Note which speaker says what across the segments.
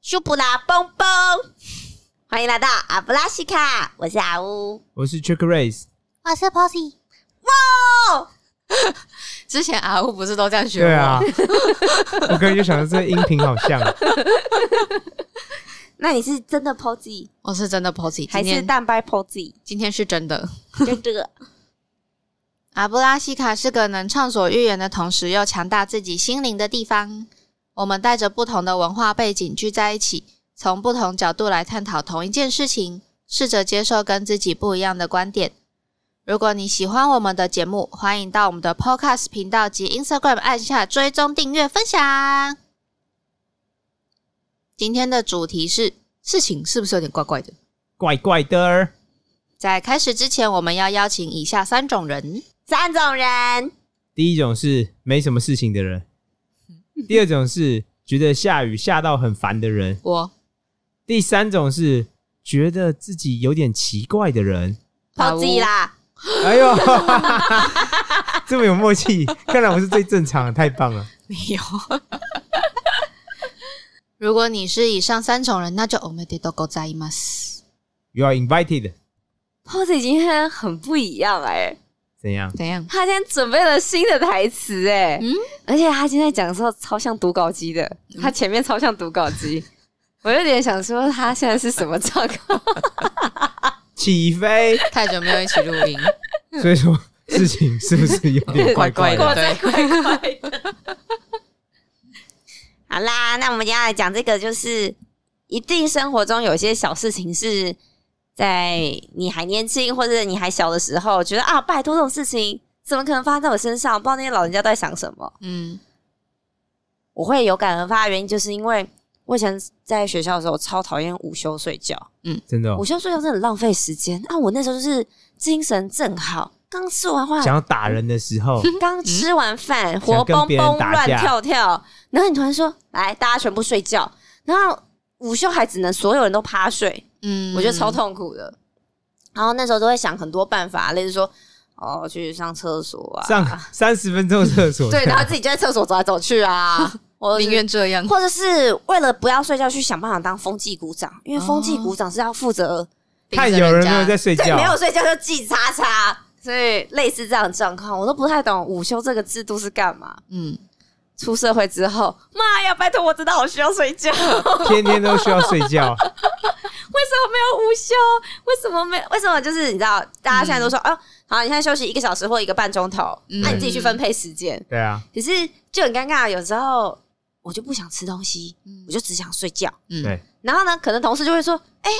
Speaker 1: 舒布拉蹦蹦，欢迎来到阿布拉西卡，我是阿乌，
Speaker 2: 我是 Trick Race，
Speaker 1: 我是 Posy。哇！
Speaker 3: 之前阿乌不是都这样学我？
Speaker 2: 对啊， 我刚才就想到这音频好像，
Speaker 1: 那你是真的 Posy
Speaker 3: 我是真的 Posy，
Speaker 1: 还
Speaker 3: 今
Speaker 1: 是
Speaker 3: 天
Speaker 1: 蛋白 Posy？
Speaker 3: 今天是真的。
Speaker 1: 就这 个，
Speaker 3: 阿布拉西卡是个能畅所欲言的同时又强大自己心灵的地方。我们带着不同的文化背景聚在一起，从不同角度来探讨同一件事情，试着接受跟自己不一样的观点。如果你喜欢我们的节目，欢迎到我们的 Podcast 频道及 Instagram 按下追踪、订阅、分享。今天的主题是事情是不是有点怪怪的？
Speaker 2: 怪怪的儿。
Speaker 3: 在开始之前，我们要邀请以下三种人。
Speaker 1: 三种人，
Speaker 2: 第一种是没什么事情的人，第二种是觉得下雨下到很烦的人，
Speaker 3: 我
Speaker 2: 第三种是觉得自己有点奇怪的人。
Speaker 3: 好
Speaker 1: Posy 啦，
Speaker 2: 哎呦， 这么有默契，看来我是最正常的，太棒了。
Speaker 3: 没有。 如果你是以上三种人，那就おめでとうございます。
Speaker 2: You are invited，
Speaker 4: Pose 今天很不一样哎、
Speaker 2: 怎样？
Speaker 3: 怎样？
Speaker 4: 他今天准备了新的台词哎、
Speaker 3: 嗯
Speaker 4: 而且他今天讲的时候超像读稿机的，
Speaker 1: 嗯
Speaker 4: 他前面超像读稿机，我有点想说他现在是什么状况？
Speaker 2: 起飞，
Speaker 3: 太久没有一起录音，
Speaker 2: 所以说事情是不是 有点怪 怪
Speaker 3: 怪
Speaker 2: 的？
Speaker 3: 对，
Speaker 1: 好啦，那我们接下来讲这个，就是一定生活中有些小事情是在你还年轻或者你还小的时候，觉得啊，拜托这种事情怎么可能发生在我身上？不知道那些老人家都在想什么。
Speaker 3: 嗯，
Speaker 1: 我会有感而发的原因，就是因为我以前在学校的时候超讨厌午休睡觉，
Speaker 2: 真的、
Speaker 1: 午
Speaker 2: 哦，
Speaker 1: 休睡觉真的很浪费时间。啊，我那时候就是精神正好，刚吃完饭，
Speaker 2: 想要打人的时候，
Speaker 1: 刚吃完饭，活
Speaker 2: 嗯想跟
Speaker 1: 蹦
Speaker 2: 别人
Speaker 1: 蹦
Speaker 2: 打
Speaker 1: 乱
Speaker 2: 架
Speaker 1: 跳跳，然后你突然说来，大家全部睡觉，然后午休还只能所有人都趴睡，
Speaker 3: 嗯
Speaker 1: 我觉得超痛苦的。然后那时候都会想很多办法，类似说哦去上厕所啊，
Speaker 2: 上三十分钟厕所，啊
Speaker 1: 对，然后自己就在厕所走来走去 啊，我
Speaker 3: 宁愿这样。
Speaker 1: 或者是为了不要睡觉去想办法当风纪鼓掌，因为风纪鼓掌是要负责
Speaker 2: 看有人没有哦在睡
Speaker 1: 对
Speaker 2: 觉，
Speaker 1: 没有睡觉就记叉叉，所以类似这样的状况，我都不太懂午休这个制度是干嘛。
Speaker 3: 嗯，
Speaker 1: 出社会之后，妈呀，拜托我真的好需要睡 觉，为什么
Speaker 2: 天天都需要睡觉，
Speaker 1: 没有午休？为什么没？为什么就是你知道，大家现在 都说、哦，好，你现在休息一个小时或一个半钟头，那、
Speaker 3: 嗯
Speaker 1: 你自己去分配时间。
Speaker 2: 对啊，
Speaker 1: 可是就很尴尬，有时候我就不想吃东西，
Speaker 3: 嗯
Speaker 1: 我就只想睡觉。
Speaker 3: 嗯
Speaker 2: 对，
Speaker 1: 然后呢，可能同事就会说：“哎、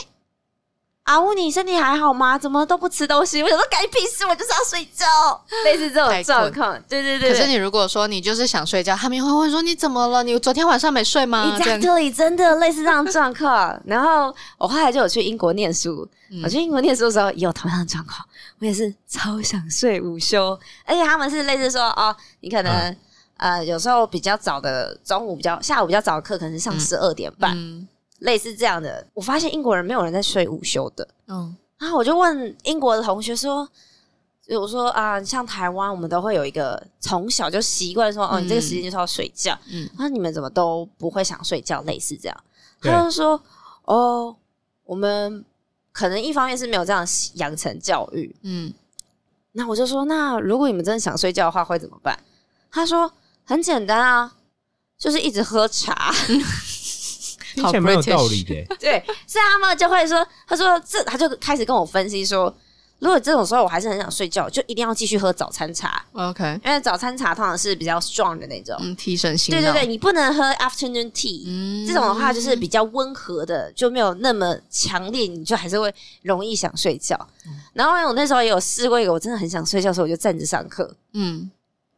Speaker 1: 阿乌，你身体还好吗？怎么都不吃东西？”我想说，干你屁事，我就是要睡觉。 类似这种状况，对对对
Speaker 3: 可是
Speaker 1: 对。
Speaker 3: 你如果说你就是想睡觉，他们会问说你怎么了？你昨天晚上没睡吗？这样，
Speaker 1: Exactly，真的类似这样的状 况。然后我后来就有去英国念书，
Speaker 3: 嗯
Speaker 1: 我去英国念书的时候也有同样的状况，我也是超想睡午休，而且他们是类似说哦，你可能、
Speaker 3: 嗯
Speaker 1: 呃有时候比较早的中午比较下午比较早的课，可能是上
Speaker 3: 嗯
Speaker 1: 十二点半，
Speaker 3: 嗯
Speaker 1: 类似这样的。我发现英国人没有人在睡午休的，
Speaker 3: 嗯
Speaker 1: 然后我就问英国的同学说，就我说啊，像台湾我们都会有一个从小就习惯说，哦，
Speaker 3: 嗯
Speaker 1: 你这个时间就是要睡觉，
Speaker 3: 嗯
Speaker 1: 那、你们怎么都不会想睡觉，类似这样。
Speaker 2: 对
Speaker 1: 他就说，哦，我们可能一方面是没有这样养成教育，
Speaker 3: 嗯，
Speaker 1: 那我就说，那如果你们真的想睡觉的话，会怎么办？他说很简单啊，就是一直喝茶。
Speaker 2: 听起来蛮有道理的、
Speaker 1: 对，所以他们就会说，他说这，他就开始跟我分析说，如果这种时候我还是很想睡觉，就一定要继续喝早餐茶，
Speaker 3: OK，
Speaker 1: 因为早餐茶通常是比较 strong 的那种。
Speaker 3: 嗯，提神醒
Speaker 1: 对对
Speaker 3: 脑
Speaker 1: 对，，你不能喝 afternoon tea，、
Speaker 3: 嗯
Speaker 1: 这种的话就是比较温和的，就没有那么强烈，你就还是会容易想睡觉。
Speaker 3: 嗯
Speaker 1: 然后我那时候也有试过一个，我真的很想睡觉的时候，我就站着上课，
Speaker 3: 嗯，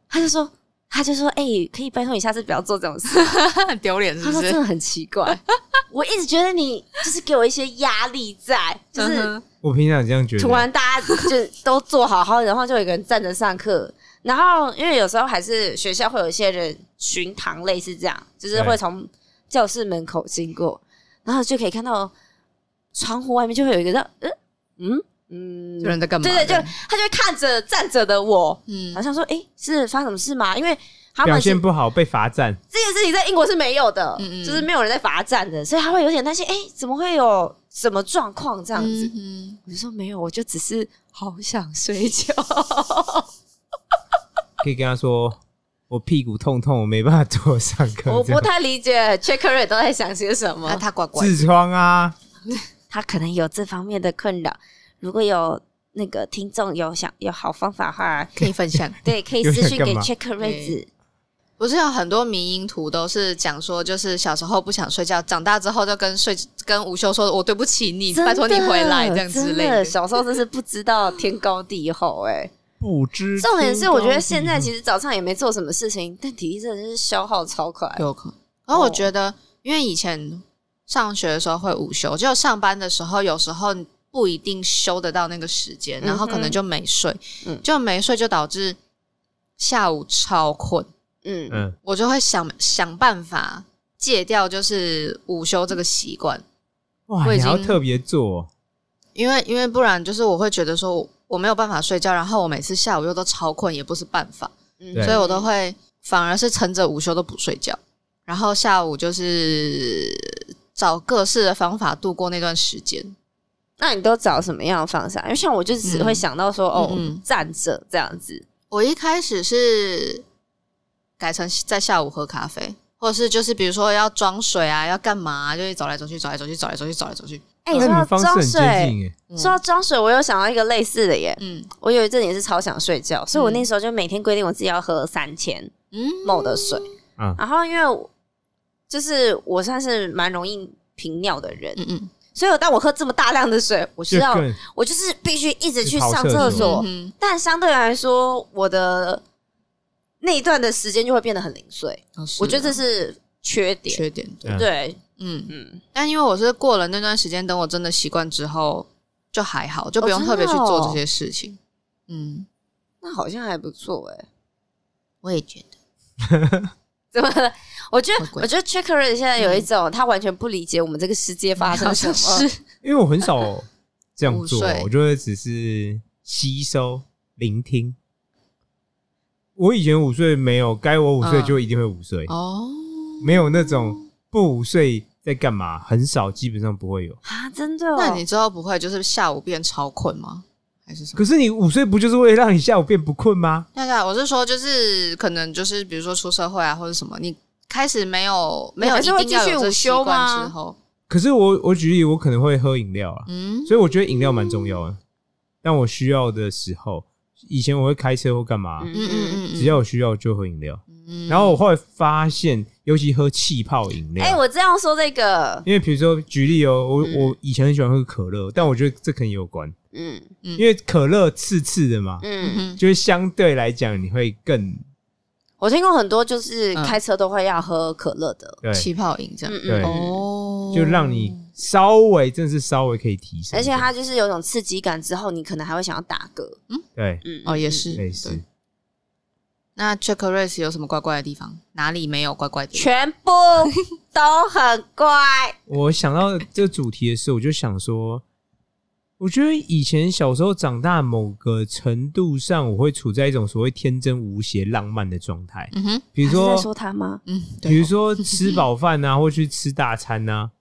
Speaker 1: 他就说。他就说：“哎、可以拜托你下次不要做这种 事。
Speaker 3: 很丢脸”是
Speaker 1: 他
Speaker 3: 不
Speaker 1: 说：“真
Speaker 3: 是？
Speaker 1: 的很奇怪， 我一直觉得你就是给我一些压力在，就是
Speaker 3: 嗯哼
Speaker 2: 我平常也这样觉得，
Speaker 1: 突然大家就都坐好好的，然后就有一个人站着上课。然后因为有时候还是学校会有一些人巡堂，类似这样，就是会
Speaker 2: 对
Speaker 1: 从教室门口经过，然后就可以看到窗户外面就会有一个人，呃嗯，
Speaker 4: 嗯
Speaker 3: 这，人在干嘛？
Speaker 1: 对对，就他就会看着站着的我，
Speaker 3: 嗯
Speaker 1: 好，像说，诶，是发生什么事吗？因为他
Speaker 2: 表
Speaker 1: 们是
Speaker 2: 现不好被罚站，
Speaker 1: 这件事情在英国是没有的，
Speaker 3: 嗯嗯
Speaker 1: 就是没有人在罚站的，所以他会有点担心，诶，怎么会有什么状况这
Speaker 3: 这
Speaker 1: 样子？
Speaker 3: 嗯
Speaker 4: 我就说没有，我就只是好想睡觉。
Speaker 2: 可以跟他说我屁股痛痛，我没办法坐上课，
Speaker 1: 我
Speaker 2: 这
Speaker 1: 不
Speaker 2: 样
Speaker 1: 太理解 Checker 也都在想些什
Speaker 3: 那
Speaker 1: 么，
Speaker 3: 啊他怪怪的，
Speaker 2: 痔疮啊，
Speaker 1: 他可能有这方面的困扰。如果有那个听众有想有好方法的话，
Speaker 3: 可以分享。
Speaker 1: 对，可以
Speaker 2: 有
Speaker 1: 私
Speaker 2: 想
Speaker 1: 信
Speaker 2: 干
Speaker 1: 给
Speaker 2: 嘛
Speaker 1: Checker 瑞子。
Speaker 3: 不是有很多迷因图都是讲说，就是小时候不想睡觉，长大之后就跟睡跟午休说：“我对不起你，
Speaker 1: 真的
Speaker 3: 拜托你回来。”这样之类
Speaker 1: 真的
Speaker 3: 的。
Speaker 1: 小时候真是不知道天高地厚哎、
Speaker 2: 不知
Speaker 1: 重点是，我觉得现在
Speaker 2: 实
Speaker 1: 其实早上也没做什么事情，但体力真的是消耗超快。
Speaker 3: 有可能。然后我
Speaker 1: 哦
Speaker 3: 觉得，因为以前上学的时候会午休，就上班的时候有时候不一定休得到那个时间，然后
Speaker 1: 嗯
Speaker 3: 可能
Speaker 1: 哼
Speaker 3: 就没睡，
Speaker 1: 嗯
Speaker 3: 就没睡就导致下午超困，
Speaker 1: 嗯，
Speaker 2: 嗯，
Speaker 3: 我就会想想办法戒掉就是午休这个习惯，
Speaker 2: 哇，
Speaker 3: 我已
Speaker 2: 你
Speaker 3: 经
Speaker 2: 还要特别做哦，
Speaker 3: 因为因为不然就是我会觉得说我我没有办法睡觉，然后我每次下午又都超困，也不是办法，
Speaker 1: 嗯
Speaker 2: 对
Speaker 3: 所以我都会反而是趁着午休都不睡觉，然后下午就是找各式的方法度过那段时间。
Speaker 1: 那你都找什么样的方式啊？因为像我就只会想到说，哦
Speaker 3: 嗯嗯，
Speaker 1: 站着这样子，
Speaker 3: 我一开始是改成在下午喝咖啡，或者是就是比如说要装水啊，要干嘛、就会走来走去，走来走去，走来走去，走来走去。
Speaker 1: 哎、
Speaker 2: 那
Speaker 1: 说
Speaker 2: 你
Speaker 1: 到
Speaker 2: 们方式
Speaker 1: 装
Speaker 2: 很接
Speaker 1: 水，
Speaker 2: 近哎，
Speaker 3: 嗯
Speaker 1: 说到装水，我有想到一个类似的耶。
Speaker 3: 嗯
Speaker 1: 我有一阵也是超想睡觉，所以我那时候就每天规定我自己要喝三千
Speaker 3: 嗯，
Speaker 1: ml 的水。
Speaker 2: 嗯
Speaker 1: 然后因为我就是我算是蛮容易频尿的人，
Speaker 3: 嗯嗯，
Speaker 1: 所以我当我喝这么大量的水，我
Speaker 2: 就
Speaker 1: 知道
Speaker 2: 更
Speaker 1: 我就是必须一直去
Speaker 2: 去跑
Speaker 1: 上
Speaker 2: 厕
Speaker 1: 厕
Speaker 2: 所
Speaker 1: 所，
Speaker 3: 嗯
Speaker 1: 但相对来说，我的那一段的时间就会变得很零碎。
Speaker 3: 哼，
Speaker 1: 我觉得这
Speaker 3: 是
Speaker 1: 是啊缺
Speaker 3: 啊
Speaker 1: 点。
Speaker 3: 缺点，对，
Speaker 2: 嗯
Speaker 1: 对，
Speaker 3: 嗯。
Speaker 1: 嗯，
Speaker 3: 但因为我是过了那段时间，等我真的习惯之后，就还好，就不用
Speaker 1: 哦
Speaker 3: 特别去做这
Speaker 1: 真的
Speaker 3: 些事情。嗯，
Speaker 1: 那好像还不错哎、
Speaker 3: 我也觉得。
Speaker 1: 怎么了？我觉得
Speaker 3: 怪，怪
Speaker 1: 我觉得 Checker 现在有一种他完全不理解我们这个世界发生了什
Speaker 3: 好像
Speaker 1: 么。
Speaker 2: 因为我很 少这样做
Speaker 3: 午睡，
Speaker 2: 我就会只是吸收、聆听。我以前午睡没有，该我午睡
Speaker 3: 嗯
Speaker 2: 就一定会午睡，
Speaker 3: 哦，
Speaker 2: 没有那种不午睡在干嘛，很少，基本上不会有。
Speaker 1: 啊，真的、哦？
Speaker 3: 那你之后不会就是下午变超困吗？还是什么？
Speaker 2: 可是你午睡不就是为了让你下午变不困吗？
Speaker 3: 大概我是说，就是可能就是比如说出社会啊，或者什么，你开始没有没有一
Speaker 1: 还是会
Speaker 3: 定要
Speaker 1: 继续
Speaker 3: 有这
Speaker 1: 午
Speaker 3: 习
Speaker 1: 休
Speaker 3: 惯
Speaker 1: 吗
Speaker 3: 之后，
Speaker 2: 可是我我举例，我可能会喝饮料啊，
Speaker 3: 嗯，
Speaker 2: 所以我觉得饮料蛮重要的。但我需要的时候，以前我会开车或干嘛，
Speaker 1: 嗯
Speaker 3: 嗯嗯嗯，
Speaker 2: 只要我需要就喝饮料。
Speaker 3: 嗯
Speaker 2: 然后我后来发现，尤其喝气泡饮料，
Speaker 1: 哎、我这样说这个，
Speaker 2: 因为比如说举例哦，我、
Speaker 1: 嗯
Speaker 2: 我以前很喜欢喝可乐，但我觉得这可能也有关，
Speaker 1: 嗯
Speaker 2: 因为可乐刺刺的嘛，
Speaker 3: 嗯
Speaker 1: 嗯，
Speaker 3: 哼
Speaker 2: 就是相对来讲你会更
Speaker 1: 我听过很多就是
Speaker 3: 嗯
Speaker 1: 开车都会要喝可乐的。
Speaker 2: 对，
Speaker 3: 气泡饮这样
Speaker 1: 嗯嗯，
Speaker 2: 对
Speaker 1: 嗯
Speaker 3: 哦，
Speaker 2: 就让你稍微真的是稍微可以提升，
Speaker 1: 而且它就是有种刺激感，之后你可能还会想要打嗝。
Speaker 2: 对
Speaker 1: 嗯，
Speaker 3: 哦也
Speaker 1: 嗯
Speaker 3: 是
Speaker 2: 类似
Speaker 3: 对。那 Check Race 有什么怪怪的地方？哪里没有怪怪的地方？
Speaker 1: 全部都很乖。
Speaker 2: 我想到这主题的时候，我就想说，我觉得以前小时候长大某个程度上，我会处在一种所谓天真无邪、浪漫的状态，
Speaker 3: 嗯哼，
Speaker 2: 比
Speaker 1: 他是
Speaker 2: 如说
Speaker 1: 在说他吗？
Speaker 3: 嗯，对
Speaker 2: 比如说吃饱饭 啊，或去吃大餐啊，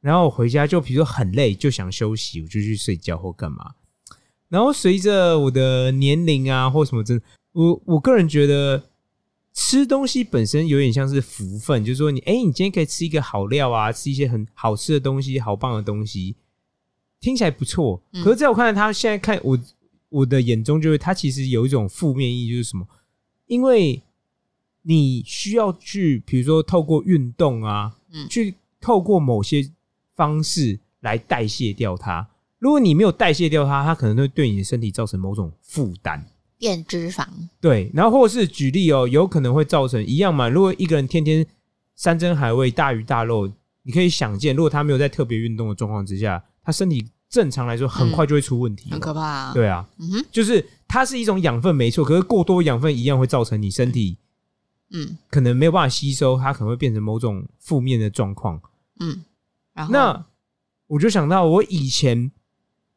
Speaker 2: 然后我回家就比如说很累，就想休息，我就去睡觉或干嘛。然后随着我的年龄啊，或什么真，我我个人觉得吃东西本身有点像是福分，就是说你哎、你今天可以吃一个好料啊，吃一些很好吃的东西，好棒的东西，听起来不错。
Speaker 3: 嗯
Speaker 2: 可是在我看来，他现在看我我的眼中，就是他其实有一种负面意义，就是什么？因为你需要去，比如说透过运动啊，
Speaker 3: 嗯
Speaker 2: 去透过某些方式来代谢掉它。如果你没有代谢掉它，它可能会对你的身体造成某种负担。
Speaker 3: 变脂肪，
Speaker 2: 对，然后或是举例哦，有可能会造成一样嘛。如果一个人天天山珍海味、大鱼大肉，你可以想见，如果他没有在特别运动的状况之下，他身体正常来说很快就会出问题。
Speaker 3: 嗯很可怕、啊。，
Speaker 2: 对啊，
Speaker 3: 嗯哼，
Speaker 2: 就是它是一种养分没错，可是过多养分一样会造成你身体
Speaker 3: 嗯
Speaker 2: 可能没有办法吸收，它可能会变成某种负面的状况。
Speaker 3: 嗯嗯，然后
Speaker 2: 那我就想到我以前，我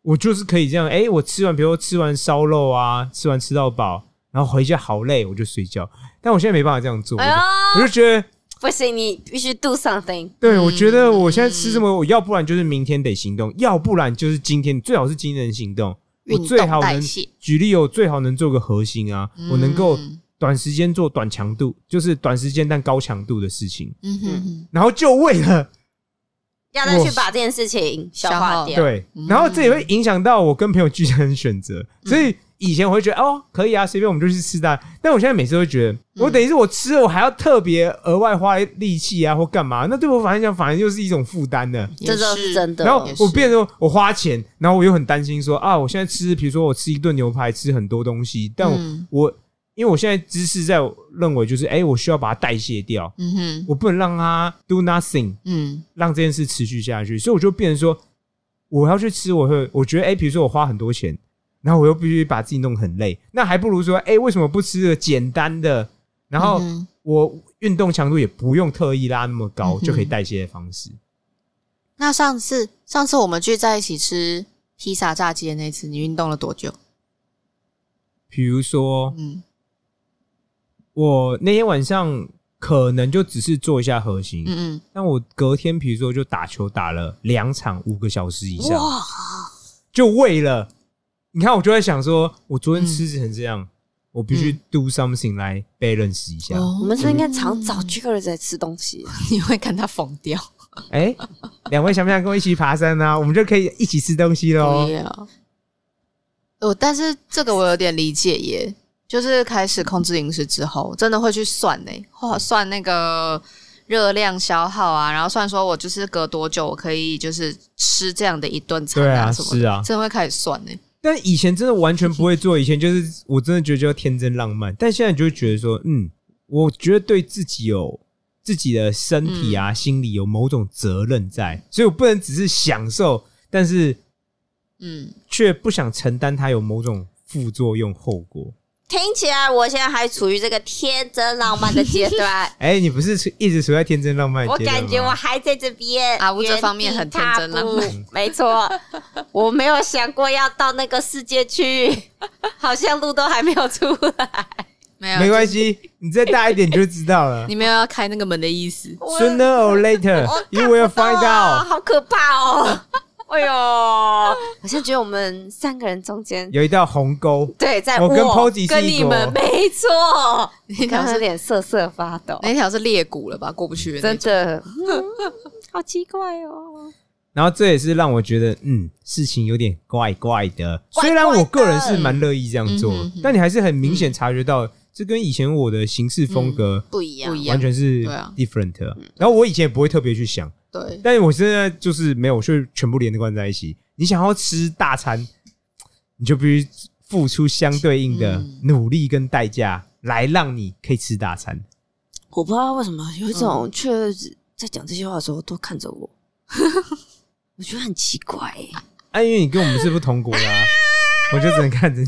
Speaker 2: 我就是可以这样，哎、我吃完，比如说吃完烧肉啊，吃完吃到饱，然后回家好累，我就睡觉。但我现在没办法这样做，我
Speaker 1: 哎
Speaker 2: 就,、
Speaker 1: 呦，
Speaker 2: 我就觉得，
Speaker 1: 不行，你必须 do something。
Speaker 2: 对、我觉得我现在吃这么，我要不然就是明天得行动，要不然就是今天，最好是今天能行动。我
Speaker 3: 运
Speaker 2: 最
Speaker 3: 动
Speaker 2: 好
Speaker 3: 代
Speaker 2: 能
Speaker 3: 谢，
Speaker 2: 举例，我最好能做个核心啊，我能够
Speaker 3: 嗯
Speaker 2: 短时间做短强度，就是短时间但高强度的事情，
Speaker 3: 嗯哼哼，
Speaker 2: 然后就为了
Speaker 1: 要再
Speaker 2: 我
Speaker 1: 去把这件事情消
Speaker 3: 消
Speaker 1: 化
Speaker 3: 耗
Speaker 1: 掉。
Speaker 2: 对，
Speaker 3: 嗯
Speaker 2: 然后这也会影响到我跟朋友聚餐的选择，所以以前我会觉得哦可以啊，随便我们就去吃它，但我现在每次都会觉
Speaker 3: 嗯
Speaker 2: 得，我等于是我吃了我还要特别额外花力气啊或干嘛，那对我反而讲反而又是一种负担的。
Speaker 1: 这
Speaker 3: 就
Speaker 1: 都是真的
Speaker 2: 然后
Speaker 3: 也是嗯
Speaker 2: 我变成我花钱，然后我又很担心说啊，我现在吃，比如说我吃一顿牛排，吃很多东西，但我,、
Speaker 3: 嗯
Speaker 2: 我因为我现在知识在我认为就是，哎、我需要把它代谢掉，
Speaker 3: 嗯哼，
Speaker 2: 我不能让它 do nothing，
Speaker 3: 嗯
Speaker 2: 让这件事持续下去，所以我就变成说，我要去吃，我会我觉得，哎、比如说我花很多钱，然后我又必须把自己弄得很累，那还不如说，哎、为什么不吃个简单的，然后
Speaker 3: 嗯哼
Speaker 2: 我运动强度也不用特意拉那么高，
Speaker 3: 嗯哼
Speaker 2: 就可以代谢的方式。
Speaker 3: 那上次上次我们聚在一起吃披萨炸鸡的那次，你运动了多久？
Speaker 2: 比如说，
Speaker 3: 嗯
Speaker 2: 我那天晚上可能就只是做一下核心，
Speaker 3: 嗯
Speaker 2: 但我隔天比如说就打球打了两场五个小时以
Speaker 3: 嗯，
Speaker 2: 上，
Speaker 3: 哇，
Speaker 2: 就为了你看，我就在想说，我昨天吃成这
Speaker 3: 嗯
Speaker 2: 样，我必须 do something 来 balance 一下。
Speaker 1: 我
Speaker 3: 哦
Speaker 1: 们是不是应该常找 j a 人在吃东西，
Speaker 3: 你会跟他疯掉，
Speaker 2: 哎、两位想不想跟我一起爬山呢、啊？我们就可以一起吃东西喽
Speaker 3: 不。要。啊我但是这个我有点理解耶，就是开始控制饮食之后，真的会去算呢，哇，算那个热量消耗啊，然后算说我就是隔多久我可以就是吃这样的一顿餐
Speaker 2: 对啊
Speaker 3: 什么的，
Speaker 2: 是啊
Speaker 3: 真的会开始算呢。
Speaker 2: 但以前真的完全不会做，以前就是我真的觉得叫天真浪漫，但现在就会觉得说，嗯，我觉得对自己有自己的身体
Speaker 3: 嗯
Speaker 2: 啊、心理有某种责任在，所以我不能只是享受，但是
Speaker 3: 嗯，
Speaker 2: 却不想承担它有某种副作用后果。。
Speaker 1: 听起来我现在还处于这个天真浪漫的阶段
Speaker 2: 哎、你不是一直处在天真浪漫的
Speaker 1: 我
Speaker 2: 阶段吗？
Speaker 1: 感觉我还在这边
Speaker 3: 阿啊乌这方面很天真啊浪漫
Speaker 1: 原地踏步，没错， 我没有想过要到那个世界去， 好像路都还没有出来。
Speaker 3: 没有，
Speaker 2: 没关系，你再大一点就知道了
Speaker 3: 你。没有要开那个门的意思。
Speaker 2: Sooner or later,
Speaker 3: 啊
Speaker 1: 我
Speaker 2: you will
Speaker 1: 看
Speaker 2: find
Speaker 1: 不到啊
Speaker 2: out。
Speaker 1: 好可怕 哦！哎呦，我现在觉得我们三个人中间，
Speaker 2: 有一道鸿沟，
Speaker 1: 对，在
Speaker 2: 我跟 Posy 是一
Speaker 1: 跟
Speaker 2: 国
Speaker 1: 你们没错，
Speaker 3: 那
Speaker 4: 刚
Speaker 3: 条
Speaker 4: 刚有
Speaker 3: 是
Speaker 4: 点瑟瑟发抖，
Speaker 3: 那条是裂谷了吧？过不去的那
Speaker 4: 真
Speaker 3: 种。
Speaker 4: 的。
Speaker 1: 嗯好奇怪哦。
Speaker 2: 然后这也是让我觉得，嗯，事情有点怪怪的。
Speaker 1: 怪怪的
Speaker 2: 虽然我个人是蛮乐意这样做，
Speaker 3: 嗯嗯嗯
Speaker 2: 但你还是很明显察觉到，这跟以前我的行事风
Speaker 3: 嗯
Speaker 2: 格
Speaker 1: 不一样
Speaker 3: 不一样
Speaker 2: 完全是
Speaker 3: 对啊
Speaker 2: different 的。然后我以前也不会特别去想，
Speaker 3: 对，
Speaker 2: 但是我现在就是没有，我就全部连贯在一起。你想要吃大餐，你就必须付出相对应的
Speaker 3: 嗯
Speaker 2: 努力跟代价，来让你可以吃大餐。
Speaker 1: 我不知道为什么有
Speaker 4: 嗯
Speaker 1: 一种确在讲这些话的时候都看着我， 我觉得很奇怪欸。
Speaker 2: 啊，因为你跟我们是不同国的、 啊，我就只能看着你、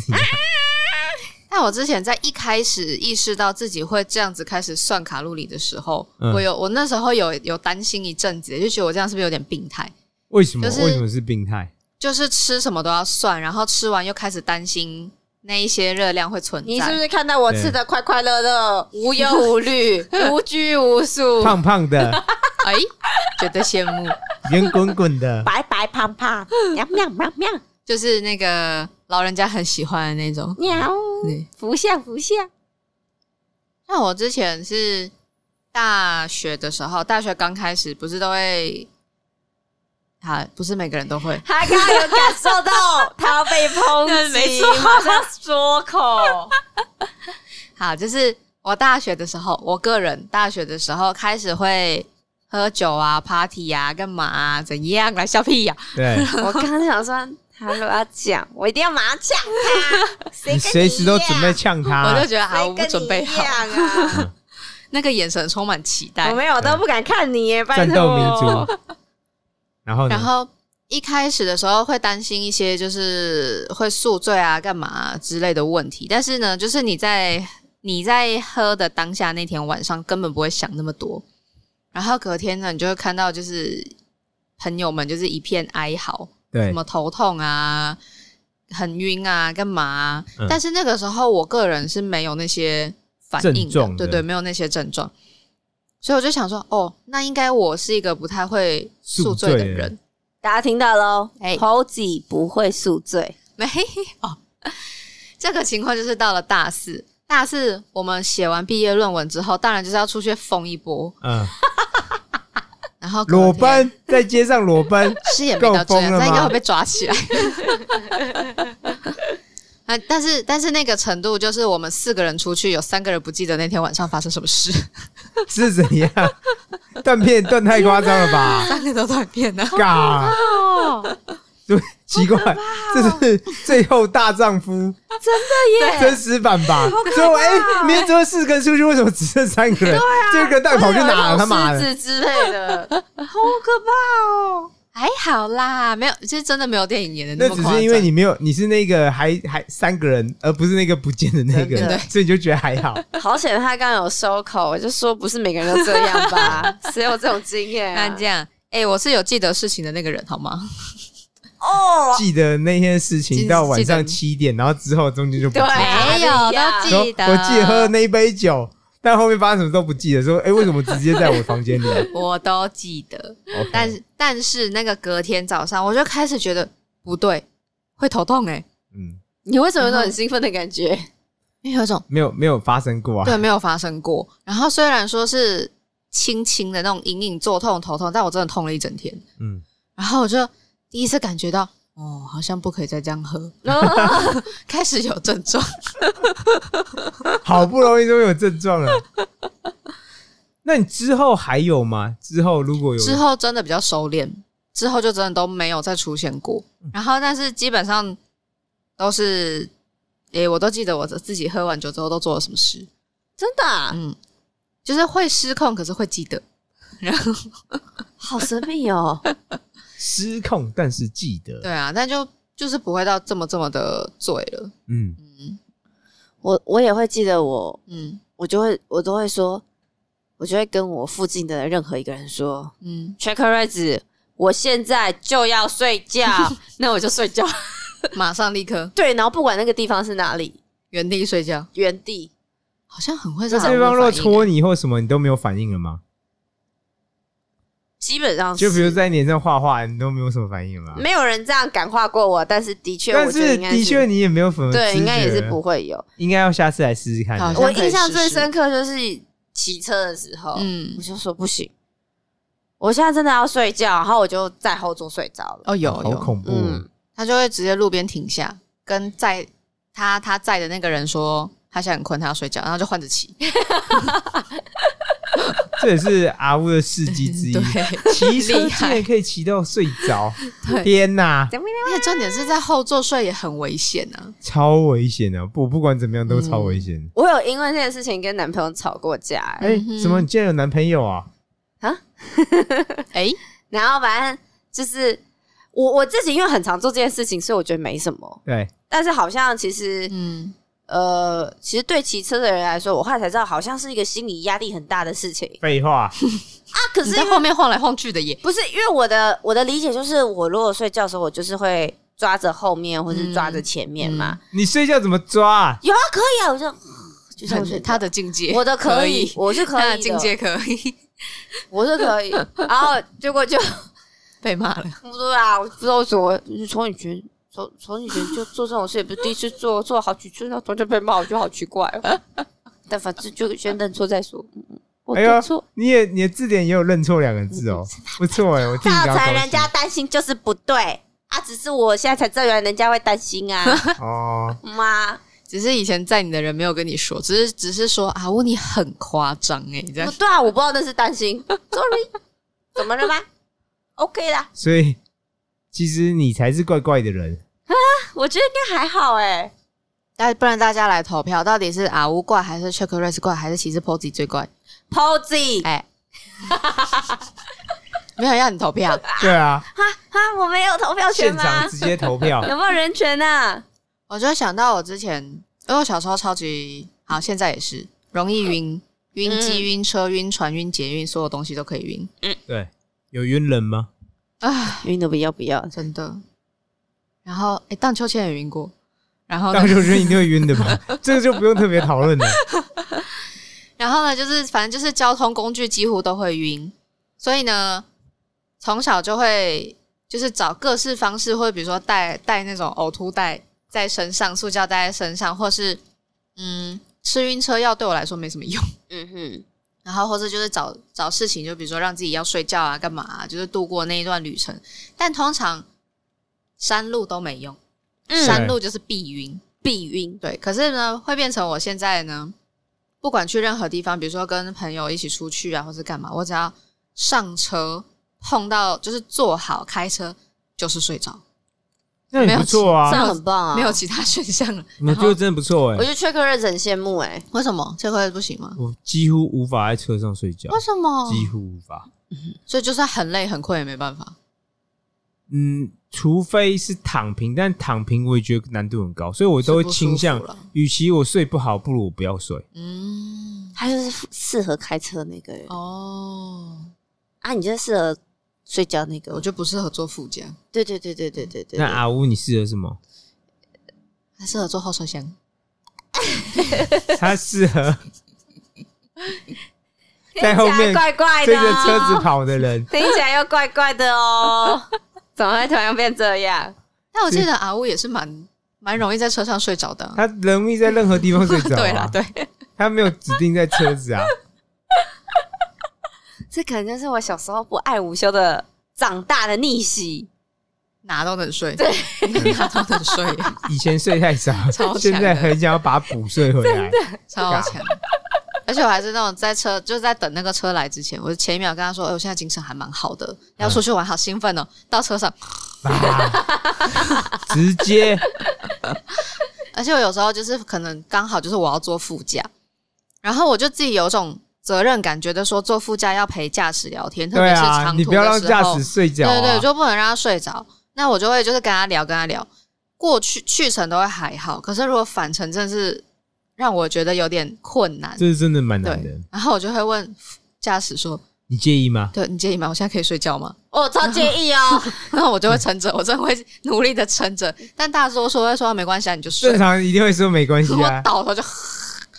Speaker 3: 但我之前在一开始意识到自己会这样子开始算卡路里的时候，
Speaker 2: 嗯
Speaker 3: 我有我那时候有有担心一阵子，就觉得我这样是不是有点病态？
Speaker 2: 为什么？
Speaker 3: 就是
Speaker 2: 为什么是病态？
Speaker 3: 就是吃什么都要算，然后吃完又开始担心那一些热量会存在。
Speaker 1: 你是不是看到我
Speaker 2: 对
Speaker 1: 吃的快快乐乐、无忧无虑、无拘无束、
Speaker 2: 胖胖 的，
Speaker 3: 哎觉得羡慕？
Speaker 2: 圆滚滚的，
Speaker 1: 白白胖胖、
Speaker 3: 嗯
Speaker 1: 喵喵喵喵
Speaker 3: 就是那个老人家很喜欢的那种。
Speaker 1: 喵，
Speaker 3: 对，
Speaker 1: 福相福相。
Speaker 3: 那我之前是大学的时候，大学刚开始不是都会，啊，不是每个人都会。
Speaker 1: 他刚刚有感受到他要被抨
Speaker 3: 对
Speaker 1: 击，
Speaker 3: 没错
Speaker 1: 马上说口。
Speaker 3: 好，就是我大学的时候，我个人大学的时候开始会喝酒啊、party 啊、干嘛啊、怎样来笑屁呀、啊
Speaker 2: 对，
Speaker 1: 我刚刚想说， 他如果要讲，我一定要马上呛他。 谁
Speaker 2: 你
Speaker 1: 跟
Speaker 2: 随时都
Speaker 1: 一样啊
Speaker 2: 准备呛他、
Speaker 3: 我就觉得好，
Speaker 1: 谁
Speaker 3: 我
Speaker 1: 啊
Speaker 3: 不
Speaker 1: 跟
Speaker 3: 准备
Speaker 1: 你一
Speaker 3: 好，
Speaker 1: 样啊？
Speaker 3: 那个眼神充满期待
Speaker 1: 我。没有，我都不敢看你耶，拜
Speaker 2: 战
Speaker 1: 托。
Speaker 2: 斗民族。然后呢？
Speaker 3: 然后一开始的时候会担心一些就是会宿醉啊、干嘛啊之类的问题，但是呢，就是你在你在喝的当下那天晚上根本不会想那么多，然后隔天呢，你就会看到就是朋友们就是一片哀嚎，
Speaker 2: 对
Speaker 3: 什，么头痛啊、很晕啊、干嘛、啊
Speaker 2: 嗯
Speaker 3: 但是那个时候我个人是没有那些反应
Speaker 2: 症状的
Speaker 3: 对对，没有那些症状，所以我就想说，哦，那应该我是一个不太会宿醉
Speaker 2: 宿醉
Speaker 3: 的
Speaker 2: 的
Speaker 3: 人，
Speaker 1: 大家听到喽
Speaker 3: 哎
Speaker 1: 猴子不会宿醉，
Speaker 3: 没有。这个情况就是到了大四，大四我们写完毕业论文之后，当然就是要出去疯一波，
Speaker 2: 嗯，
Speaker 3: 然后隔
Speaker 2: 裸
Speaker 3: 天
Speaker 2: 奔在街上裸奔，
Speaker 3: 是也没到这
Speaker 2: 够疯
Speaker 3: 样，
Speaker 2: 了吗
Speaker 3: 他应该会被抓起 来。啊！但是但是那个程度，就是我们四个人出去，有三个人不记得那天晚上发生什么事，
Speaker 2: 是怎样？断片断太夸张了 吧？
Speaker 3: 三个都断片了。
Speaker 2: 嘎，
Speaker 1: 哦，
Speaker 2: 对，奇怪，这
Speaker 3: 哦
Speaker 2: 是最后大丈夫真实版吧？
Speaker 3: 啊
Speaker 2: 最后哎，明天最后四个人出去，为什么只剩三个人？
Speaker 3: 啊
Speaker 2: 这个蛋跑去哪了？他妈的！
Speaker 4: 狮子之类的，
Speaker 1: 好可怕哦！
Speaker 3: 还哎好啦，没有，其实真的没有电影演的
Speaker 2: 那
Speaker 3: 么
Speaker 2: 只
Speaker 3: 夸张。
Speaker 2: 是因为你没有，你是那个还还三个人，而不是那个不见的那个
Speaker 1: 真
Speaker 3: 的
Speaker 2: 人，所以你就觉得还好。
Speaker 4: 好险他刚刚有收口，我就说不是每个人都这样吧，谁有这种经验
Speaker 3: 那
Speaker 4: 啊？
Speaker 3: 这样，哎、我是有记得事情的那个 人，好吗？
Speaker 1: 哦，
Speaker 2: 记得那件事
Speaker 3: 记
Speaker 2: 情
Speaker 3: 得
Speaker 2: 到晚上
Speaker 3: 记
Speaker 2: 七点，然后之后中间就不记
Speaker 4: 对
Speaker 2: 得。
Speaker 4: 啊
Speaker 3: 没有
Speaker 4: 不一样
Speaker 3: 都记
Speaker 2: 说
Speaker 3: 得
Speaker 2: 我记得喝那一杯酒，但后面发生什么都不记得。说，哎、为什么直接在我房 间里？
Speaker 3: 我都记得，
Speaker 2: OK
Speaker 3: 但是但是那个隔天早上，我就开始觉得不对，会头痛哎、
Speaker 2: 嗯，
Speaker 4: 你为什么有种很兴奋的感觉？
Speaker 3: 因为有一种
Speaker 2: 没有没有发生过啊。
Speaker 3: 对，没有发生过。然后虽然说是轻轻的那种隐隐作痛、头痛，但我真的痛了一整天。
Speaker 2: 嗯，
Speaker 3: 然后我就第一次感觉到，哦，好像不可以再这 样喝，开始有症状。
Speaker 2: 好不容易都有症状了。那你之后还有吗？之后如果有
Speaker 3: 之后真的比较收敛，之后就真的都没有再出现过。然后，但是基本上都是，诶、我都记得我自己喝完酒之后都做了什么事。
Speaker 1: 真的啊、
Speaker 3: 嗯，就是会失控，可是会记得。然后，
Speaker 1: 好神秘哦！
Speaker 2: 失控，但是记得，
Speaker 3: 对啊，但就就是不会到这么这么的醉了。
Speaker 2: 嗯，
Speaker 3: 嗯
Speaker 1: 我我也会记得我，
Speaker 3: 嗯
Speaker 1: 我就会我都会说，我就会跟我附近的任何一个人说
Speaker 3: 嗯。
Speaker 1: ，check raise，我现在就要睡 觉，那我就睡觉。
Speaker 3: 马上立刻
Speaker 1: 对，然后不管那个地方是哪里，
Speaker 3: 原地睡觉，
Speaker 1: 原地
Speaker 3: 好像很会
Speaker 2: 那
Speaker 3: 让
Speaker 2: 对方若戳你或什么，你都没有反应了吗？
Speaker 1: 嗯基本上是
Speaker 2: 就比如在脸上画画，你都没有什么反应了吗？
Speaker 1: 没有人这样感化过我，但是的确，
Speaker 2: 但
Speaker 1: 我觉得
Speaker 2: 是
Speaker 1: 应该
Speaker 2: 的确，你也没有什么
Speaker 1: 对，
Speaker 2: 知
Speaker 1: 应该也是
Speaker 2: 觉
Speaker 1: 不会有。
Speaker 2: 应该要下次来试试看的。
Speaker 3: 好像
Speaker 1: 我
Speaker 3: 可以
Speaker 1: 印象
Speaker 3: 试
Speaker 1: 最
Speaker 3: 试
Speaker 1: 深刻就是骑车的时候，我
Speaker 3: 嗯，
Speaker 1: 就说不行，我现在真的要睡觉，然后我就在后座睡着了。
Speaker 3: 哦有
Speaker 2: 好
Speaker 3: 有，
Speaker 2: 恐怖哦，
Speaker 1: 嗯，
Speaker 3: 他就会直接路边停下，跟在他他在的那个人说他现在很困，他要睡觉，然后就换着骑。
Speaker 2: 这也是阿乌的事迹 之一。
Speaker 3: 对
Speaker 2: 骑车
Speaker 3: 厉
Speaker 2: 竟
Speaker 3: 害
Speaker 2: 然可以骑到睡着
Speaker 3: 对，
Speaker 2: 天哪，
Speaker 3: 而且重点是在后座睡也很危险啊。
Speaker 2: 超危险的！不，不管怎么样都超危险。
Speaker 1: 我有因为这件事情跟男朋友吵过架、欸
Speaker 2: 哎
Speaker 3: 嗯哼，
Speaker 2: 怎么你竟然有男朋友啊？
Speaker 3: 哎、
Speaker 1: 然后反正就是我我自己因为很常做这件事情，所以我觉得没什么。
Speaker 2: 对，
Speaker 1: 但是好像其实、
Speaker 3: 嗯，
Speaker 1: 呃，其实对骑车的人来说，我后来才知道，好像是一个心理压力很大的事情
Speaker 2: 废话，
Speaker 1: 啊。可
Speaker 3: 你
Speaker 1: 是
Speaker 3: 在
Speaker 1: 因
Speaker 3: 后
Speaker 1: 为
Speaker 3: 面晃来晃去的耶。
Speaker 1: 不是因为我的我的理解就是，我如果睡觉的时候，我就是会抓着后面或是抓着前面嘛。
Speaker 2: 你睡觉怎么抓啊？
Speaker 1: 有啊，可以 啊，我就就像我睡
Speaker 3: 很
Speaker 1: 觉
Speaker 3: 他的境界，
Speaker 1: 我的可以，
Speaker 3: 以，
Speaker 1: 我是
Speaker 3: 他
Speaker 1: 可
Speaker 3: 的
Speaker 1: 以
Speaker 3: 境
Speaker 1: 的，
Speaker 3: 界可以
Speaker 1: 我是可以。然后结果就
Speaker 3: 被骂了。
Speaker 1: 不对啊，我不知道为什么从你群。从从以前就做这种事，也不是第一次做，做了好几次，然后中间被骂，我觉得好奇怪哦。 但反正就先认错再说，嗯我
Speaker 2: 哎呦
Speaker 1: 做错。
Speaker 2: 你也你的字典也有认错两个字哦，不错哎，我替你
Speaker 1: 造
Speaker 2: 高
Speaker 1: 成
Speaker 2: 高
Speaker 1: 人家
Speaker 2: 兴
Speaker 1: 担心就是不对啊，只是我现在才知道原来人家会担心 啊，
Speaker 2: 哦。
Speaker 1: 妈，
Speaker 3: 只是以前在你的人没有跟你说，只是只是说啊，我你很夸张哎，这样
Speaker 1: 不对啊，我不知道那是担心，sorry，怎 么了吗？OK 啦，
Speaker 2: 所以其实你才是怪怪的人，
Speaker 1: 我觉得应该还好哎、
Speaker 3: 那不然大家来投票，到底是阿乌怪还是 Chuck Race 怪，还是其实 Posy 最怪？
Speaker 1: Posy
Speaker 3: 哎、没有人要你投票
Speaker 2: 对啊，
Speaker 1: 哈哈，我没有投票权
Speaker 2: 现
Speaker 1: 吗
Speaker 2: 场？直接投票。
Speaker 1: 有没有人权啊？
Speaker 3: 我就想到我之前，因为我小时候超级好，现在也是容易 晕，晕机、
Speaker 1: 嗯
Speaker 3: 晕车、晕船、晕捷运，所有东西都可以晕
Speaker 2: 对，有晕人吗？
Speaker 3: 啊，
Speaker 1: 晕的不要不要，
Speaker 3: 真的。然后，哎、荡秋千也晕过。然后呢
Speaker 2: 荡，秋千一定会晕的吧？这个就不用特别讨论了。
Speaker 3: 然后呢，就是反正就是交通工具几乎都会晕，所以呢，从小就会就是找各式方式，或者比如说带带那种呕吐袋在身上，塑胶袋在身上，或是嗯吃晕车药对我来说没什么用。
Speaker 1: 嗯哼，
Speaker 3: 然后或者就是找找事情，就比如说让自己要睡觉啊，干嘛、啊，就是度过那一段旅程。但通常山路都没用，
Speaker 1: 嗯
Speaker 3: 山路就是必晕。
Speaker 1: 避晕，
Speaker 3: 对，可是呢，会变成我现在呢，不管去任何地方，比如说跟朋友一起出去啊，或是干嘛，我只要上车碰到就是坐好开车就是睡着，
Speaker 2: 那也不错
Speaker 1: 这
Speaker 2: 啊，
Speaker 1: 样很棒啊！
Speaker 3: 没有，其他选项了。
Speaker 2: 我觉得真的不错哎、
Speaker 1: 我觉得缺克瑞很羡慕哎，
Speaker 3: 为什么这会不行吗？
Speaker 2: 我几乎无法在车上睡觉
Speaker 3: 为，什么？
Speaker 2: 几乎无法。
Speaker 3: 所以就算很累很困也没办法。
Speaker 2: 嗯，除非是躺平，但躺平我也觉得难度很高，所以我都会
Speaker 3: 是不舒服
Speaker 2: 倾向
Speaker 3: 了，
Speaker 2: 与其我睡不好，不如我不要睡。
Speaker 3: 嗯，
Speaker 1: 他就是适合开车那个人
Speaker 3: 哦，
Speaker 1: 啊，你就是适合睡觉那个
Speaker 3: 我。就不适合做副驾，
Speaker 1: 对对对对对对对
Speaker 2: 那，阿乌，你适合什么？
Speaker 3: 还适合坐后车厢。
Speaker 2: 他适 合在后
Speaker 1: 听起来
Speaker 2: 面
Speaker 1: 怪
Speaker 3: 啊
Speaker 1: 怪
Speaker 2: 追
Speaker 1: 的
Speaker 2: 着
Speaker 1: 哦，
Speaker 2: 车子跑的 人。
Speaker 1: 听起来又怪怪的哦，
Speaker 4: 怎么会突然变这样？
Speaker 3: 但我记得阿乌也是蛮蛮容易在车上睡着的啊、
Speaker 2: 他容易在任何地方睡着、啊。
Speaker 3: 对啦，对，
Speaker 2: 他没有指定在车子啊。
Speaker 1: 这可能就是我小时候不爱午休的长大的逆袭。
Speaker 3: 哪都能睡， 对，哪都能睡，
Speaker 2: 以前睡太少
Speaker 3: 超强，的
Speaker 2: 现在很想要把它补睡回来。
Speaker 3: 超强。而且我还是那种在车，就是在等那个车来之前，我前一秒跟他说：“哎、我现在精神还蛮好
Speaker 2: 嗯
Speaker 3: 的，要出去玩，好兴奋哦！” 到车上，
Speaker 2: 啊、直接
Speaker 3: 而且我有时候就是可能刚好就是我要坐副驾，然后我就自己有种责任感，觉得说坐副驾要陪驾驶聊天，特
Speaker 2: 对
Speaker 3: 别是
Speaker 2: 啊，
Speaker 3: 长
Speaker 2: 你
Speaker 3: 途
Speaker 2: 不要
Speaker 3: 的
Speaker 2: 让
Speaker 3: 时
Speaker 2: 驾
Speaker 3: 候
Speaker 2: 驶，睡着、啊。
Speaker 3: 对对，就不能让他睡着。那我就会就是跟他聊，跟他聊。过去去程都会还好，可是如果返程真的是让我觉得有点困难，
Speaker 2: 这是真的蛮难的
Speaker 3: 对。，然后我就会问驾驶说
Speaker 2: 你介意吗：“？
Speaker 3: 对你介意吗？我现在可以睡觉吗
Speaker 1: 我超介意哦，？”
Speaker 3: 然后我就会撑着，我真的会努力的撑着。但大多数会说没关系，啊，你就 睡
Speaker 2: 正。常一定会说没关系
Speaker 3: 如果
Speaker 2: 啊，
Speaker 3: 倒头就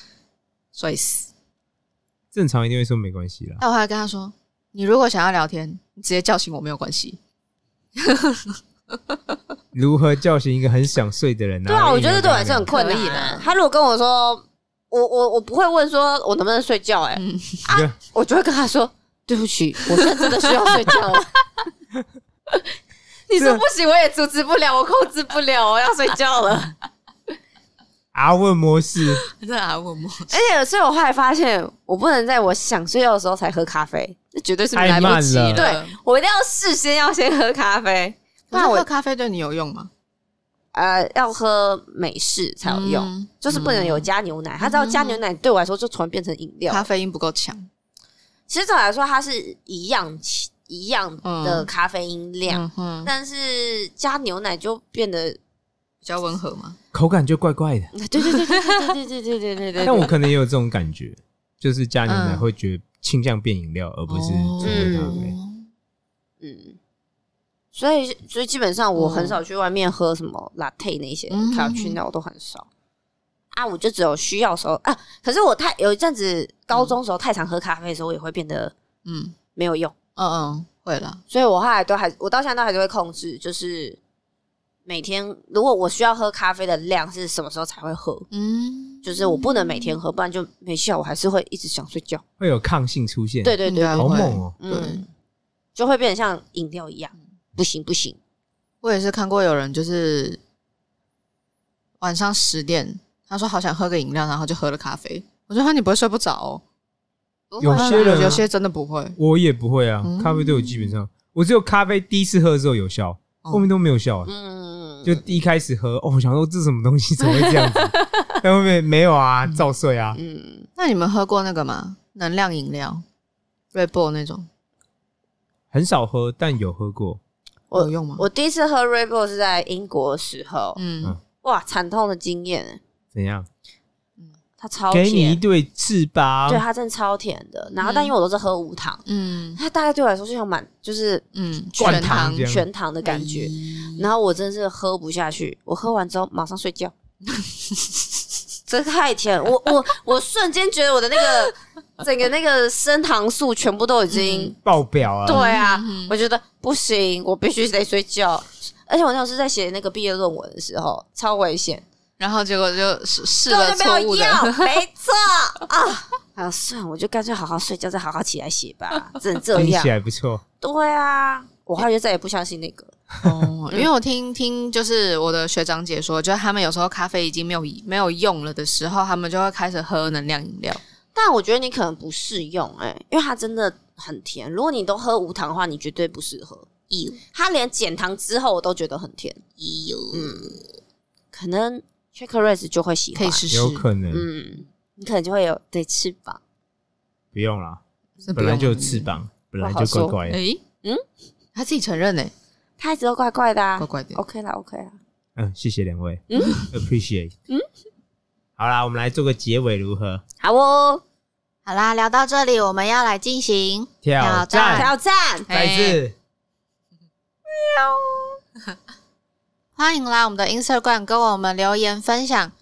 Speaker 3: 睡死。
Speaker 2: 正常一定会说没关系啦。
Speaker 3: 但我还跟他说：“你如果想要聊天，你直接叫醒我没有关系。
Speaker 2: 如何叫醒一个很想睡的人呢、 哎
Speaker 1: 对啊，我觉得对我来说很困
Speaker 3: 可以
Speaker 1: 难
Speaker 3: 啦
Speaker 1: 啊。他如果跟我说，我我我不会问说我能不能睡觉，哎，
Speaker 3: 嗯，
Speaker 2: 困难。
Speaker 1: 我就会跟他说对不起，我现在真的需要睡觉了。
Speaker 4: 你说不行，我也阻止不了，我控制不了，我要睡觉了。
Speaker 2: 阿啊问模式，
Speaker 3: 这阿问我，
Speaker 1: 而且，所以我后来发现，我不能在我想睡觉的时候才喝咖啡，
Speaker 4: 这绝对是
Speaker 2: 太
Speaker 4: 来不及
Speaker 2: 慢了
Speaker 4: 对，我一定要事先要先喝咖啡，
Speaker 3: 可是喝咖啡对你有用吗？
Speaker 1: 呃，要喝美式才有用，
Speaker 3: 嗯
Speaker 1: 就是不能有加牛奶。他只
Speaker 4: 嗯
Speaker 1: 要加牛奶，对我来说就突然变成饮料。
Speaker 3: 咖啡因不够强。
Speaker 1: 其实对我来说，它是一样一样的咖啡因量，
Speaker 3: 嗯哼，
Speaker 1: 但是加牛奶就变得，
Speaker 3: 比较温和吗？
Speaker 2: 口感就怪怪的。
Speaker 1: 对对对对对对对对对对对
Speaker 2: 但我可能也有这种感觉，就是加牛奶
Speaker 3: 嗯
Speaker 2: 会觉得倾向变饮料，而不是真的咖啡。
Speaker 3: 哦
Speaker 1: 嗯，所以所以基本上我很少去外面喝什么 latte 那些
Speaker 3: 嗯
Speaker 1: 卡去那我都很少。啊，我就只有需要的时候啊。可是我太有一阵子高中的时候太常喝咖啡的时候，我也会变得
Speaker 3: 嗯
Speaker 1: 没有用，
Speaker 3: 嗯嗯，会了。
Speaker 1: 所以我后来都还，我到现在都还是会控制，就是每天如果我需要喝咖啡的量是什么时候才会喝，
Speaker 3: 嗯，
Speaker 1: 就是我不能每天喝，不然就没效，我还是会一直想睡觉。
Speaker 2: 会有抗性出现。
Speaker 1: 嗯对，对对，
Speaker 3: 对啊
Speaker 2: 好猛哦、
Speaker 1: 嗯，就会变得像饮料一样，
Speaker 3: 嗯
Speaker 1: 不行不行，
Speaker 3: 我也是看过有人就是晚上十点，他说好想喝个饮料，然后就喝了咖啡。我说哈，你不会睡不着哦？
Speaker 2: 有些人啊
Speaker 3: 有些真的不会。
Speaker 2: 我也不会啊
Speaker 3: 嗯，
Speaker 2: 咖啡对我基本上，我只有咖啡第一次喝的时候有效，
Speaker 3: 哦
Speaker 2: 后面都没有效、啊。
Speaker 1: 嗯，
Speaker 2: 就一开始喝，哦，我想说这什么东西怎么会这样子？ 但后面没有啊，照睡啊。
Speaker 1: 嗯。
Speaker 3: 那你们喝过那个吗？能量饮料，Red Bull 那种
Speaker 2: 很少喝，但有喝过。
Speaker 1: 我
Speaker 3: 有用吗？
Speaker 1: 我第一次喝 Red Bull 是在英国的时候，
Speaker 3: 嗯
Speaker 2: 嗯
Speaker 1: 哇，惨痛的经验！
Speaker 2: 怎样？
Speaker 1: 它超
Speaker 2: 给你一
Speaker 1: 甜，
Speaker 2: 对糍粑，
Speaker 1: 对啊它真的超甜的。然后，但
Speaker 3: 嗯
Speaker 1: 因为我都是喝无糖，
Speaker 3: 嗯
Speaker 1: 它大概对我来说就像满就是
Speaker 3: 嗯，
Speaker 2: 灌
Speaker 3: 全
Speaker 2: 糖
Speaker 3: 糖
Speaker 2: 这样
Speaker 1: 全糖的感觉。
Speaker 3: 哎
Speaker 1: 然后我真的是喝不下去，我喝完之后马上睡觉， 这太甜了，我我我瞬间觉得我的那个整个那个升糖素全部都已
Speaker 3: 嗯
Speaker 1: 经、
Speaker 2: 爆表啊！
Speaker 1: 对啊，
Speaker 3: 嗯嗯
Speaker 1: 我觉得不行，我必须得睡觉。而且我那时候是在写那个毕业论文的时候，超危险，
Speaker 3: 然后结果就试试
Speaker 1: 根
Speaker 3: 了
Speaker 1: 本就
Speaker 3: 错
Speaker 1: 没有
Speaker 3: 误的，
Speaker 1: 要，没错啊。啊，算了，我就干脆好好睡觉，再好好起来写吧。 只能这
Speaker 2: 听
Speaker 1: 样
Speaker 2: 起，来不错。
Speaker 1: 对啊，我后来就再也不相信那个了。
Speaker 3: 哦，因为我听听就是我的学长姐说，就是他们有时候咖啡已经没有没有用了的时候，他们就会开始喝能量饮料。
Speaker 1: 但我觉得你可能不适用哎、因为它真的很甜。如果你都喝无糖的话，你绝对不适合。它连减糖之后我都觉得很甜。嗯，可能 c h e c k e r i c e 就会喜欢。
Speaker 3: 可以试试，
Speaker 2: 有可能、
Speaker 1: 嗯，你可能就会有对翅膀。
Speaker 2: 不用啦，
Speaker 3: 是不
Speaker 2: 本来
Speaker 3: 用
Speaker 2: 就有
Speaker 3: 的
Speaker 2: 翅。膀，本
Speaker 1: 嗯不
Speaker 2: 来
Speaker 1: 好
Speaker 2: 就怪
Speaker 1: 说
Speaker 2: 怪的。
Speaker 3: 诶，
Speaker 1: 嗯
Speaker 3: 嗯，他自己承认呢、
Speaker 1: 它一直都怪怪的、啊
Speaker 2: 哦
Speaker 3: 怪怪的。
Speaker 1: OK 啦，OK 啦。
Speaker 2: 嗯，谢谢两位，
Speaker 1: 嗯
Speaker 2: a p p r e c i a t e
Speaker 1: 嗯，
Speaker 2: 好啦，我们来做个结尾如何？
Speaker 1: 好哦，
Speaker 3: 好啦，聊到这里，我们要来进行
Speaker 2: 挑
Speaker 3: 挑
Speaker 2: 战
Speaker 3: 战
Speaker 1: 挑战。哎
Speaker 2: 再一次，
Speaker 3: 欢迎来我们的 Instagram 跟我们留言分享，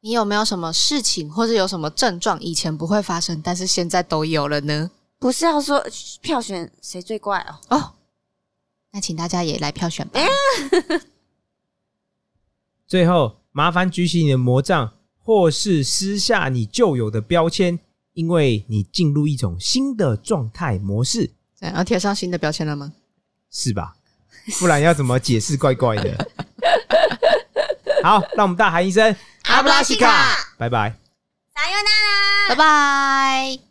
Speaker 3: 你有没有什么事情或是有什么症状以前不会发生，但是现在都有了呢？
Speaker 1: 不是要说呃票选谁最怪哦？
Speaker 3: 哦，那请大家也来票选吧。
Speaker 2: 最后麻烦举起你的魔杖，或是撕下你旧有的标签，因为你进入一种新的状态模式，
Speaker 3: 这样要贴上新的标签了吗？
Speaker 2: 是吧？不然要怎么解释怪怪的？好，让我们大喊一声
Speaker 1: 阿布拉西卡，
Speaker 2: 拜拜。
Speaker 1: 撒尤娜啦
Speaker 3: 拜拜。